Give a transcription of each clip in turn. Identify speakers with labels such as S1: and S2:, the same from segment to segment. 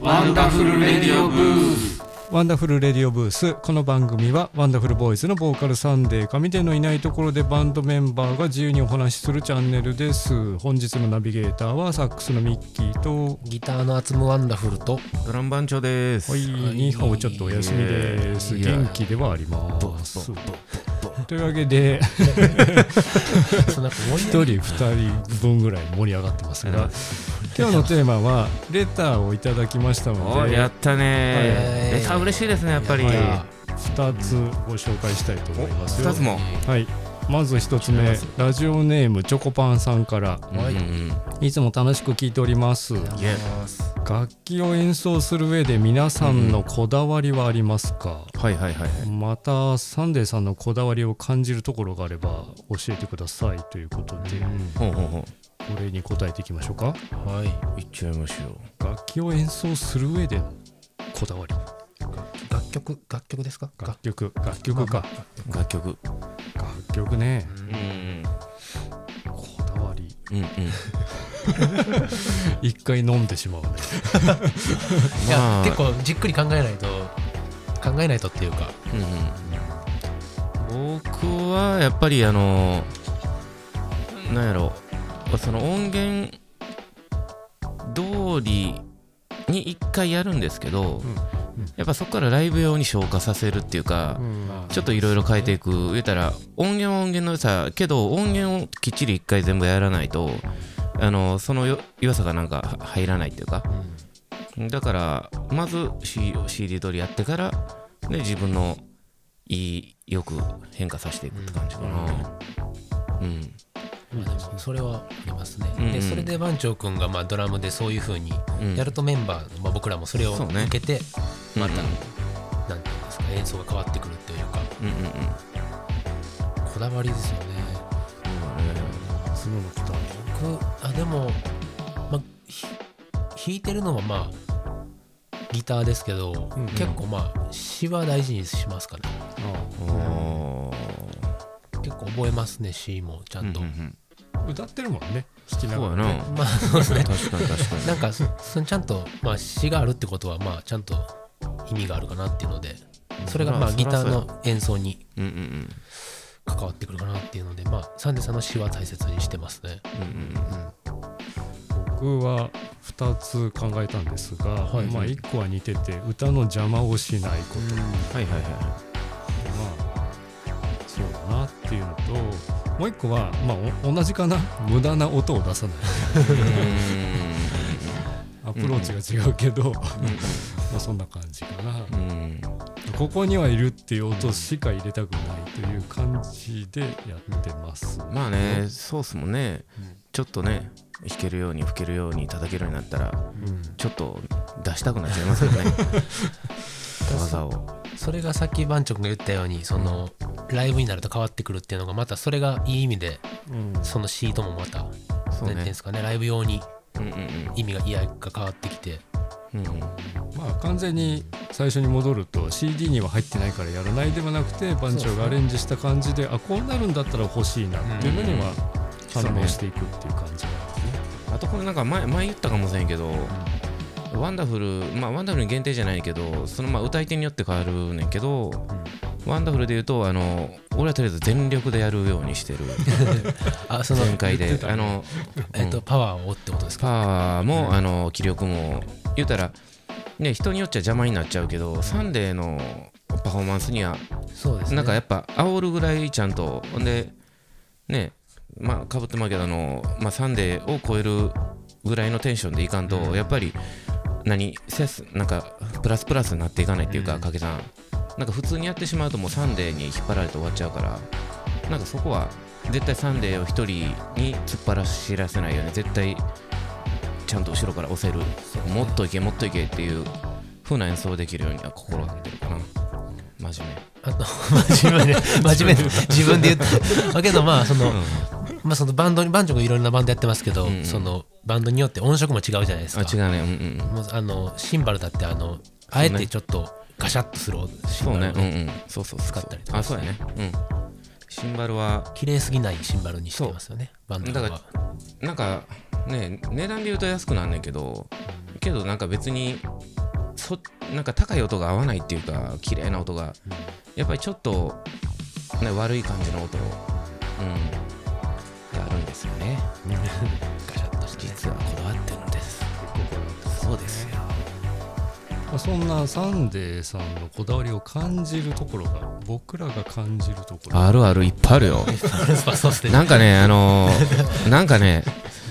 S1: ワンダフルレディオブース
S2: ワンダフルレディオブースこの番組はワンダフルボーイズのボーカルサンデー上手のいないところでバンドメンバーが自由にお話しするチャンネルです本日のナビゲーターはサックスのミッキーと
S3: ギターの厚むワンダフルと
S4: ドラム番長です。
S2: はいニーハオちょっとお休みです
S3: いや
S2: 元気ではありますというわけで
S3: そんな盛り
S2: 1
S3: 上が
S2: 人2人分ぐらい盛り上がってますが今日のテーマはレターをいただきましたの
S4: お
S2: で
S4: やった
S3: は
S4: ね
S3: い
S4: レター嬉しいですね、やっぱり。
S2: はい
S4: は
S2: 2つご紹介したいと思いますよ
S4: 二つも。
S2: はいまず1つ目ラジオネームチョコパンさんから
S3: はい
S4: うんうん
S2: いつも楽しく聴いております
S4: いや
S2: 楽器を演奏する上で皆さんのこだわりはありますか、
S4: はいはいはいはい。
S2: またサンデーさんのこだわりを感じるところがあれば教えてくださいということで、
S4: ほうほうほ
S2: これに答えていきましょうか
S3: はい、
S4: う。いっちゃいましょ
S2: 楽器を演奏する上でのこだわり
S3: 楽曲楽曲ですか
S2: 楽曲楽曲か
S4: う。楽曲。
S2: 楽曲ね
S4: うんうん
S2: こだわり
S4: うんうん。
S2: 一回飲んでしまうね
S3: いや、
S4: まあ
S3: 結構じっくり考えないと考えないとっていうか
S4: うんうん僕はやっぱりあのなんやろその音源通りに一回やるんですけ
S2: うんう
S4: ど、
S2: ん
S4: やっぱそこからライブ用に消化させるっていうか、ちょっといろいろ変えていく言うたら音源は音源の良さけど音源をきっちり一回全部やらないとあのそのよ良さがなんかは入らないっていうかだからまず C- CD 取りやってからで自分のいいよく変化させていくって感じかなうん
S3: まあでもそれはありますね、
S4: うんう
S3: で
S4: ん
S3: それで番長くんがまあドラムでそういうふうに
S4: うん
S3: やるとメンバー、まあ、僕らもそれを
S4: そうね
S3: 受けて、
S4: また
S3: なんていうんですか演奏が変わってくるっていうか
S4: うんうんうん
S3: こだわりですよね
S2: 角のこだわり
S3: 僕あでも、まあ、ひ弾いてるのはまあギターですけど、
S2: うん
S3: 結構まあ詩は大事にしますかね
S4: おー
S3: 結構覚えますね詩もちゃんと、
S4: うんうんうん
S2: 歌ってるもんね弾きな
S4: そう
S2: がら
S4: や
S2: ね
S4: な
S3: まあ そうですね
S4: 確かに確かに
S3: なんかそそのちゃんと、まあ、詩があるってことはまあちゃんと意味があるかなっていうのでそれがま
S4: まあ
S3: あ
S4: そら
S3: ギターの演奏に
S4: うんうんうん
S3: 関わってくるかなっていうのでまあサンデーさんの詩は大切にしてますね
S4: うん
S2: 僕は2つ考えたんですが、
S3: はい
S2: まあ、1個は似てて歌の邪魔をしないこと
S4: はいはいは
S2: まあそうだなっていうのともう1個は、まあ、お同じかな無駄な音を出さない アプローチが違うけど まあそんな感じかな
S4: いうーんうん
S2: ここにはいるっていう音しか入れたくないという感じでやってます。
S4: まあねそうっすもんね
S3: うん
S4: ちょっとね弾けるように吹けるように叩けるようになったら
S2: うん
S4: ちょっと出したくなっちゃいますよ ね技を
S3: それがさっき番長君が言ったようにそのライブになると変わってくるっていうのがまたそれがいい意味で
S2: うん
S3: その詩ともまた
S4: そ
S3: 何てい
S4: う
S3: うん
S4: ね
S3: ですかねライブ用に
S4: うんうんうん
S3: 意味が意味が変わってきて
S4: うんうん
S2: まあ、完全に最初に戻ると CD には入ってないからやらないではなくて番長がアレンジした感じであこうなるんだったら欲しいなっていうのには反応していくっていう感じが
S4: あとこれなんか前前言ったかもしれんけど、ワンダフルまあワンダフルに限定じゃないけどそのまあ歌い手によって変わるねんけど、ワンダフルで言うとあの俺はとりあえず全力でやるようにしてる
S3: あその、
S4: 全開で、あの、
S3: えっと
S4: うん
S3: パワーをってことですか
S4: パワーも、あの気力も言うたらね人によっちゃ邪魔になっちゃうけどサンデーのパフォーマンスには
S3: そうですね
S4: なんかやっぱ煽るぐらいちゃんとほんでねまあかぶってまうけどあの、まあ、サンデーを超えるぐらいのテンションでいかんと、やっぱり何セスなんかプラスプラスになっていかないっていうか掛け算なんか普通にやってしまうともうサンデーに引っ張られて終わっちゃうからなんかそこは絶対サンデーを一人に突っ走らせないよね絶対ちゃんと後ろから押せるもっといけもっといけっていう風な演奏できるようには心がけてるかな真面目。
S3: あの真面目 で真面目で自分で言っただけどまあその、まあそのバンドにバンジョがいろんなバンドやってますけど、
S4: うん
S3: そのバンドによって音色も違うじゃないです
S4: あ
S3: か
S4: 違うねうんうん
S3: もうあのシンバルだってあのあえてちょっとガシャッとするシ
S4: そ
S3: ン
S4: う
S3: バ
S4: ね
S3: ル
S4: うんうんそうそう
S3: 使ったりとか
S4: あそうやねうんシンバルは
S3: 綺麗すぎないシンバルにしてますよねバンドは
S4: だからなんかね値段で言うと安くなんねんけど、けどなんか別にそなんか高い音が合わないっていうか綺麗な音がやっぱりちょっと、ね、悪い感じの音、うん、があるんですよね
S3: ガシャッとして
S4: 実はこだわってるんですそうですよ
S2: まあそんなサンデーさんのこだわりを感じるところが僕らが感じるところ
S4: あるあるいっぱいあるよ
S3: そうですね
S4: なんかねあのーなんかね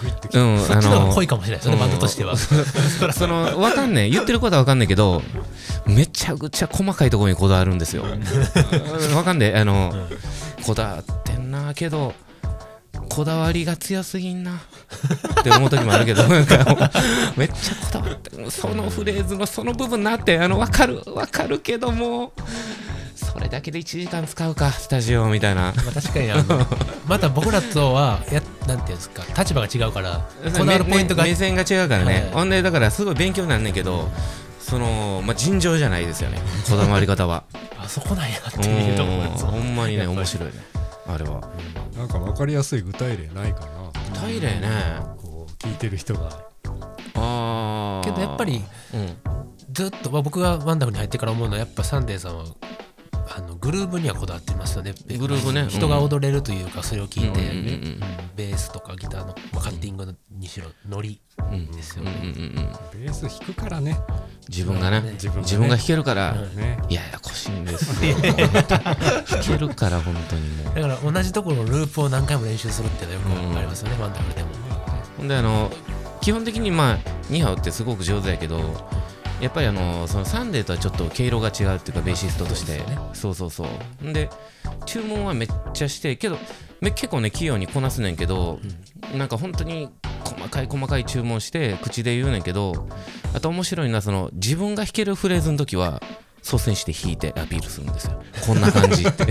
S2: グイッてき
S4: うん
S3: そっ
S4: あ
S3: ちの方が
S4: の
S3: 濃いかもしれないですね、
S4: うん
S3: バンドとしては。
S4: そのわかんねえ言ってることはわかんねえけどめちゃくちゃ細かいところにこだわるんですようんわかんねえあの、こだわってんなけどこだわりが強すぎんなって思う時もあるけどなんかもうめっちゃこだわってそのフレーズのその部分なってあのわかるわかるけどもそれだけで1時間使うかスタジオみたいな
S3: まあ確かにあの、また僕らとはや、なんていうんですか、立場が違うから、こだわるポイントが
S4: 目目目線が違うからね、
S3: はい
S4: ほんでだからすごい勉強になんねんけどそのまあ尋常じゃないですよねこだわり方は
S3: あそこなんや っていうところ
S4: うん
S3: です
S4: ほんまに
S3: や
S4: ね
S3: っぱり
S4: 面白いねあれは
S2: なんか分かりやすい具体例ないかな
S4: トイレね
S2: こう聞いてる人が
S4: あー
S3: けどやっぱり、
S4: うん、
S3: ずっと、まあ、僕がワンダフに入ってから思うのはやっぱサンデーさんはあのグルーブにはこだわってますよね
S4: グルーヴね
S3: 人が踊れるというかそれを聞いて、
S4: うんうんうんうん
S3: ベースとかギターの、まあ、カッティングにしろノリ
S4: うん
S3: ですよ
S4: うんうん
S3: ね、
S4: うん
S2: ベース弾くからね
S4: 自分がね
S2: 自分がね
S4: 自分が弾けるから、
S2: ね
S4: いややこしいんですよ弾けるから本当にもう
S3: だから同じところのループを何回も練習するっていうのはよくわかりますよね、ワンダフルでも、
S4: ほんであの基本的にまあニハオってすごく上手やけどやっぱりあのそのサンデーとはちょっと毛色が違うっていうかベーシストとしてそうそうそうほんで注文はめっちゃしてけどめ結構ね器用にこなすねんけど、なんか本当に細かい細かい注文して口で言うねんけどあと面白いのはその自分が弾けるフレーズの時は率先して弾いてアピールするんですよこんな感じって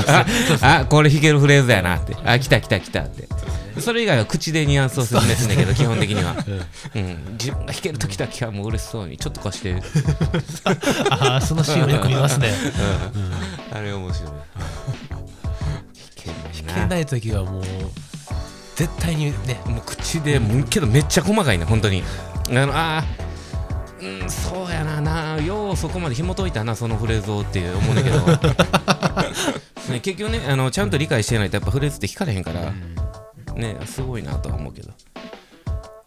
S4: あこれ弾けるフレーズやなってあ来た来た来たってそれ以外は口でニュアンスを説明するんだけど基本的には、 うん、自分が弾ける時だけはもう嬉しそうにちょっと貸して
S3: ああそのシーンをよく見ます ね
S4: あれ面白い弾ける
S3: 弾けない時はもう絶対にね
S4: もう口でもうけどめっちゃ細かいね本当にあのあーうんそうやななあようそこまで紐解いたなそのフレーズをって思うんだけ どね結局ねあのちゃんと理解してないとやっぱフレーズって弾かれへんから、ねすごいなとは思うけど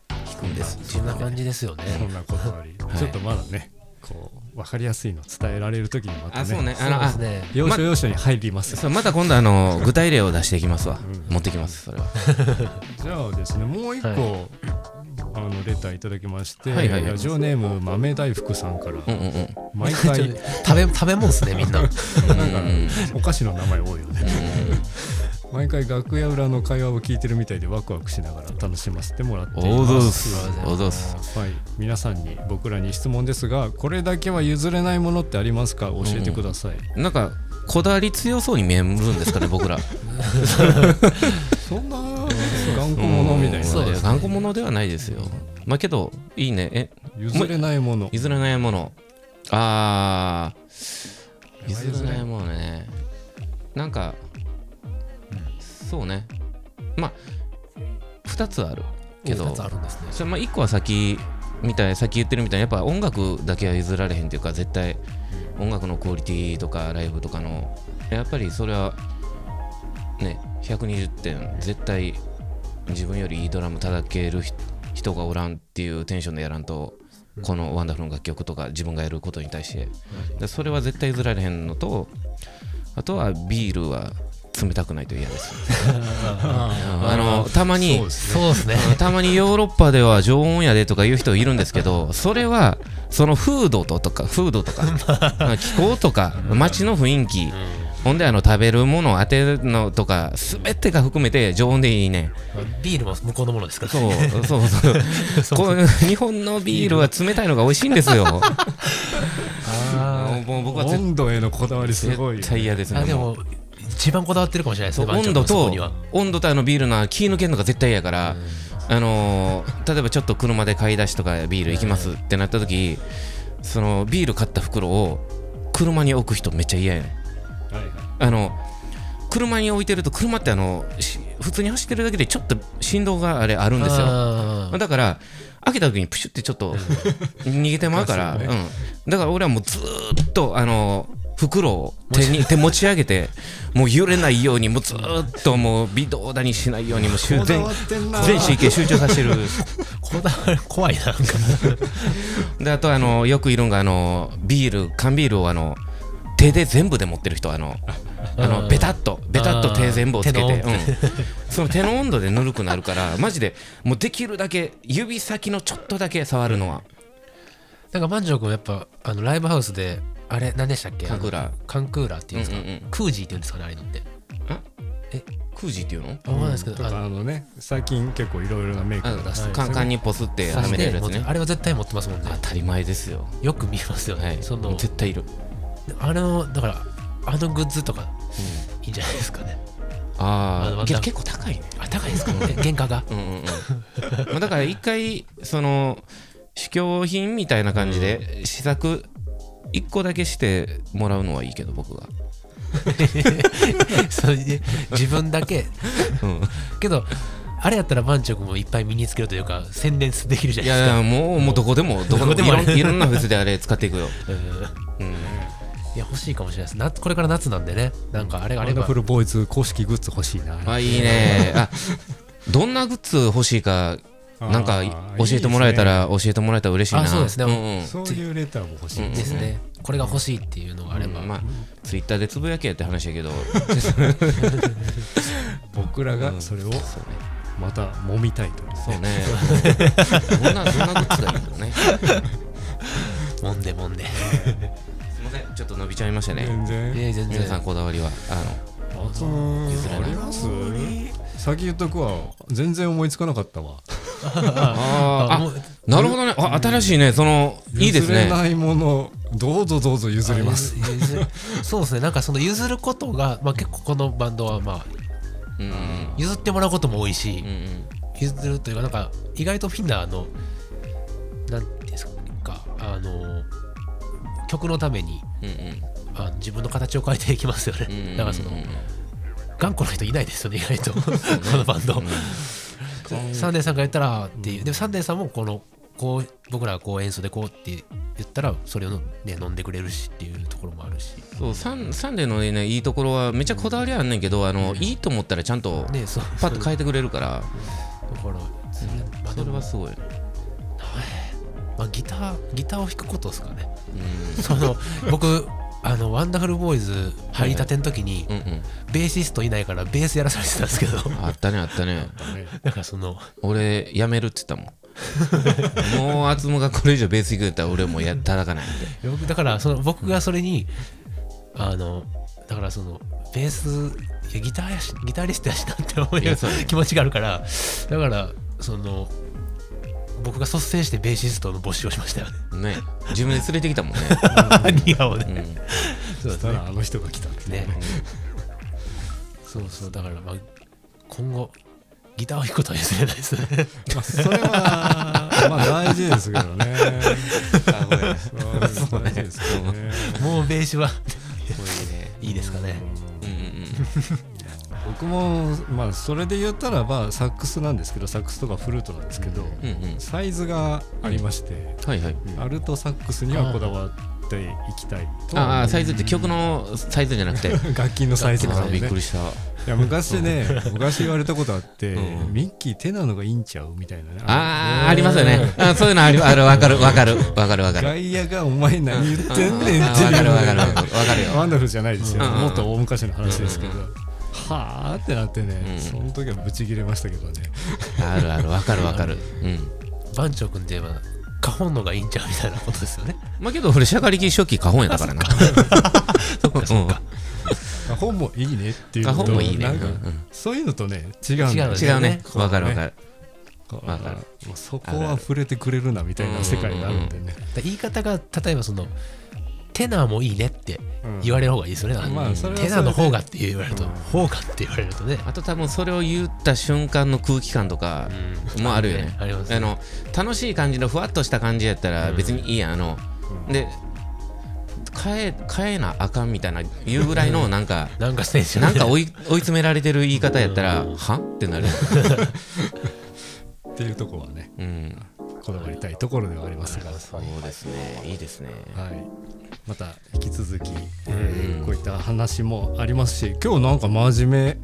S4: 弾くんです
S3: そんな感じですよね、
S2: そんなこだわり、
S4: い
S2: ちょっとまだねこう分かりやすいの伝えられる時にまたね
S4: あそうねあ
S3: そう
S4: の
S3: で
S4: あ
S3: すね
S2: 要所要所に入ります、
S4: そうまた今度あの具体例を出していきますわ、持ってきますそれは
S2: じゃあですねもう一個、あのレターいただきまして、
S4: はいはいはい
S2: ラジオネーム豆大福さんから、
S4: うんうんうん
S2: 毎 回
S3: ちょっと食べ食べ物っすね みんな
S2: お菓子の名前多いよね毎回楽屋裏の会話を聞いてるみたいでワクワクしながら楽しませてもらってい
S4: おう
S2: ま
S4: どう
S2: す
S4: すおうどうす
S2: はい、皆さんに僕らに質問ですがこれだけは譲れないものってありますか教えてください、
S4: なんかこだわり強そうに見えるんですかね僕ら
S2: そんな頑固者みたいな、
S4: そうです頑固者ではないですよまあけどいいねえ
S2: 譲れないもの
S4: 譲らないものあー譲らないものねなんかそうねまあ2つあるけど
S3: 2つあるんですね
S4: それまあ1個は先みたいさっき言ってるみたいにやっぱ音楽だけは譲られへんっていうか絶対音楽のクオリティとかライブとかのやっぱりそれはね120点絶対自分よりいいドラム叩ける人人がおらんっていうテンションでやらんとこのワンダフルの楽曲とか自分がやることに対してでそれは絶対譲られへんのとあとはビールは冷たくないと嫌ですあのたまに
S2: そうです
S3: そうですね
S4: たまにヨーロッパでは常温やでとか言う人いるんですけどそれはその風土ととか風土 とか気候とか街の雰囲気ほんであの食べるものを当てるのとか全てが含めて常温でいいね
S3: ビールも向こうのものですから
S4: そうそうそうこういう日本のビールは冷たいのが美味しいんです よもう僕は絶
S2: 温度へのこだわりすごい
S4: 絶対嫌ですね
S3: あで
S4: もう
S3: も一番こだわってるかもしれないです
S4: そ
S3: ね番長
S4: う温
S3: の
S4: 度
S3: そことには
S4: 温度とあのビールの気抜けんのが絶対嫌から、あのー例えばちょっと車で買い出しとかビール行きますってなった時、そのビール買った袋を車に置く人めっちゃ嫌やねん
S2: はいはい
S4: あの車に置いてると車ってあのし普通に走ってるだけでちょっと振動があれあるんですよ
S3: あー
S4: だから開けた時にプシュってちょっと逃げてまうから、うん、だから俺はもうずーっとあの袋を手に手持ち上げてもう揺れないようにもうずーっともう微動だにしないようにもう集全
S2: こだわってんな
S4: 全神経集中させてる
S3: こだわり怖いななんか
S4: であとあのよくいるんがあのビール缶ビールをあの手で全部で持ってる人あのあのベタっとベタっと手全部をつけて、
S3: あ
S4: うん
S3: ー手の、
S4: その手の温度でぬるくなるからマジでもうできるだけ指先のちょっとだけ触るのは
S3: なんか万丈君やっぱあのライブハウスであれ何でしたっけ
S4: カンクーラー
S3: あのカンクーラーっていうんですか、
S4: うんうんうん
S3: クージーっていうんですかねあれのって
S4: クージーっていうの
S3: あわかんないですけ
S2: と
S3: ど、あ
S2: か
S3: の
S2: あのね最近結構いろいろなメイク
S4: あ
S2: を出して
S4: カンカンにポスってはめれるやつね
S3: あれは絶対持ってますもんね
S4: 当たり前ですよ
S3: よく見ますよね、
S4: はい
S3: その
S4: 絶対いる
S3: あのだからあのグッズとか、いいんじゃないですかねあ
S4: あ
S3: の
S4: あけど
S3: また
S4: 結構高いね
S3: あ高いですかね原価 が
S4: うんうんうんまあだから一回その試供品みたいな感じで試作一個だけしてもらうのはいいけど僕が
S3: それで自分だけけどあれやったら番長君もいっぱい身につけるというか洗練できるじゃ
S4: い
S3: ない
S4: やいやもうもうどこで もどこでもいろんいろんなフェスであれ使っていく ようん
S3: いや欲しいかもしれないです夏これから夏なんでねなんかあれがあ
S2: ワ
S3: れ
S2: ンダ
S3: ば
S2: フルボーイズ公式グッズ欲しいな
S4: あいいねあどんなグッズ欲しいかなんか教えてもらえたら教えてもらえたら嬉しいな
S3: あそうですね
S4: んうん
S2: そういうレターも欲しい、
S4: うん
S3: ですねこれが欲しいっていうのがあれば、
S4: うんまあツイッターでつぶやけやって話やけど
S2: 僕らがそれを
S4: そうね
S2: また揉みたいと
S4: そうねどんなどんなグッズがいいんだろ うね
S3: もんでもんで
S4: すいませんちょっと伸びちゃいましたね
S2: 全然
S3: ええ全
S4: 皆さ
S3: 然
S4: んこだわりはあ譲ら
S2: あ
S4: ない
S2: ります先言っとくわ全然思いつかなかったわ
S4: のあ
S3: も
S4: ー
S3: う
S4: あなるほどねあ新しいねそのいいです
S2: 譲れ
S4: ね
S2: ないものどうぞどうぞ譲ります
S3: あ譲譲そうですねなんかその譲ることが、まあ、結構このバンドはまあ
S4: うんうん
S3: 譲ってもらうことも多いし、
S4: うんうん
S3: 譲るというかなんか意外とみんなあのなんていうんですかあの曲のために
S4: うんうん
S3: あの自分の形を変えていきますよね、
S4: うんうん
S3: だからその
S4: うんうん
S3: 頑固な人いないですよね意外とこのバンド、サンデーさんが言ったらっていう、でもサンデーさんもこのこう僕らがこう演奏でこうって言ったらそれを、ね、飲んでくれるしっていうところもあるし
S4: そうサンサンデーのねいいところはめっちゃこだわりあんねんけどあのいいと思ったらちゃんと
S3: ねそう
S4: パッと変えてくれるから
S3: だからそれ,、まあ、
S4: そ
S3: で
S4: れ
S3: も
S4: はすごいね
S3: まあ、ギターギターを弾くことですかね
S4: う
S3: その僕あのワンダフルボーイズ入りたての時に、
S4: んうんうん
S3: ベーシストいないからベースやらされてたんですけ ど
S4: あったねあったね
S3: なんかその
S4: 俺辞めるって言ったもん もう厚むがこれ以上ベース行くんやったら俺もうや叩かないんで
S3: 僕だからその僕がそれにあのだからそのベースいやギターやしギタリストやしなって思
S4: いやそう
S3: う気持ちがあるからだからその僕が率先してベーシストの募集をしましたよ ね
S4: ね自分で連れてきたもんね、
S3: ニアを
S4: う
S3: ね、
S4: ん、
S3: そ
S2: そ
S3: う
S2: したらあの人が来た って
S3: ねそうそうだからまあ今後ギターを弾くことは譲れないですね
S2: まあそれはまあ大事ですけどね そう大事ですけどね
S3: もうベースは
S4: こ
S3: いいですかね
S4: ういうねうんうん
S2: 僕もまあそれで言ったらまあサックスなんですけどサックスとかフルートなんですけど
S4: うんうん
S2: サイズがありまして
S4: はいはい
S2: アルトサックスにはこだわっていきたいと
S4: ああサイズって曲のサイズじゃなくて
S2: 楽器のサイズなん
S4: あ
S2: で
S4: びっ
S2: ね
S4: くりしたあ
S2: いや昔ね昔言われたことあって
S4: うん
S2: ミッキー手なのがいいんちゃうみたいなね
S4: あーありますよねあそういうのあるあるわかるわかるわかるわかる
S2: 外野がお前何言ってんねん
S4: あ
S2: って
S4: ーわか
S2: い
S4: る
S2: う
S4: わかるわかるわかる
S2: ワ
S4: よ
S2: ンダフルじゃないですよ、
S4: うん
S2: もっと大昔の話ですけど、
S4: うん
S2: はあってなってね、
S4: うん
S2: その時はブチギレましたけどね、
S4: あるあるわかるわかるうん
S3: 番長君って言えば花本のがいいんちゃうみたいなことですよね
S4: まあけど俺シャカリキ初期花本やったからなうん
S2: あ本もいいねっていう
S4: 花
S2: の
S4: 本
S2: と
S4: もいいね
S2: なん
S4: う
S2: か
S4: んうん
S2: そういうのとね違うんだよ
S3: 違う
S4: 違うね
S2: そうね
S4: わかるわかる
S2: だ
S4: わ
S2: か
S4: からる
S2: もうそこは触れてくれるなみたいな世界があるんでね、
S3: だから言い方が例えばそのテナーもいいねって
S2: うん
S3: 言われる方がいいですよね、
S2: まあそれはそれで
S3: テナーの方がって言われると、
S2: うん
S3: 方がって言われるとね、
S4: あと多分それを言った瞬間の空気感とかもあるよね
S3: ありますね
S4: あの楽しい感じのふわっとした感じやったら別にいいやんあの、で変え変えなあかんみたいないうぐらいのなんか
S3: なんかしてんじゃ
S4: なんか
S3: い
S4: 追 い追い詰められてる言い方やったらはってなる、
S2: っていうところはね
S4: うん、
S2: こだわりたいところではありますが、
S4: そうですねいいですね
S2: はい、また引き続き、えーこういった話もありますし今日なんか真面
S3: や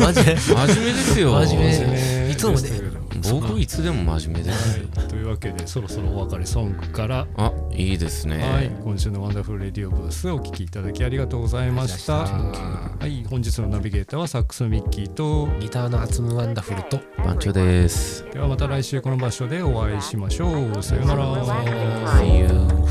S3: マジで
S4: 真面目ですよ
S3: 真面
S2: 目
S3: 目いつも
S2: でし
S3: ね
S2: たけれども、
S4: 僕いつでも真面目ですよ
S2: はい、というわけでそろそろお別れソングから、
S4: あいいですね、
S2: はい、今週の「ワンダフル・レディオブース」お聴きいただきありがとうございました
S3: ありがとうございま
S2: はい、本日のナビゲーターはサックスミッキーと
S3: ギターのアツムワンダフルと
S4: 番長です
S2: ではまた来週この場所でお会いしましょうさようなら
S4: See you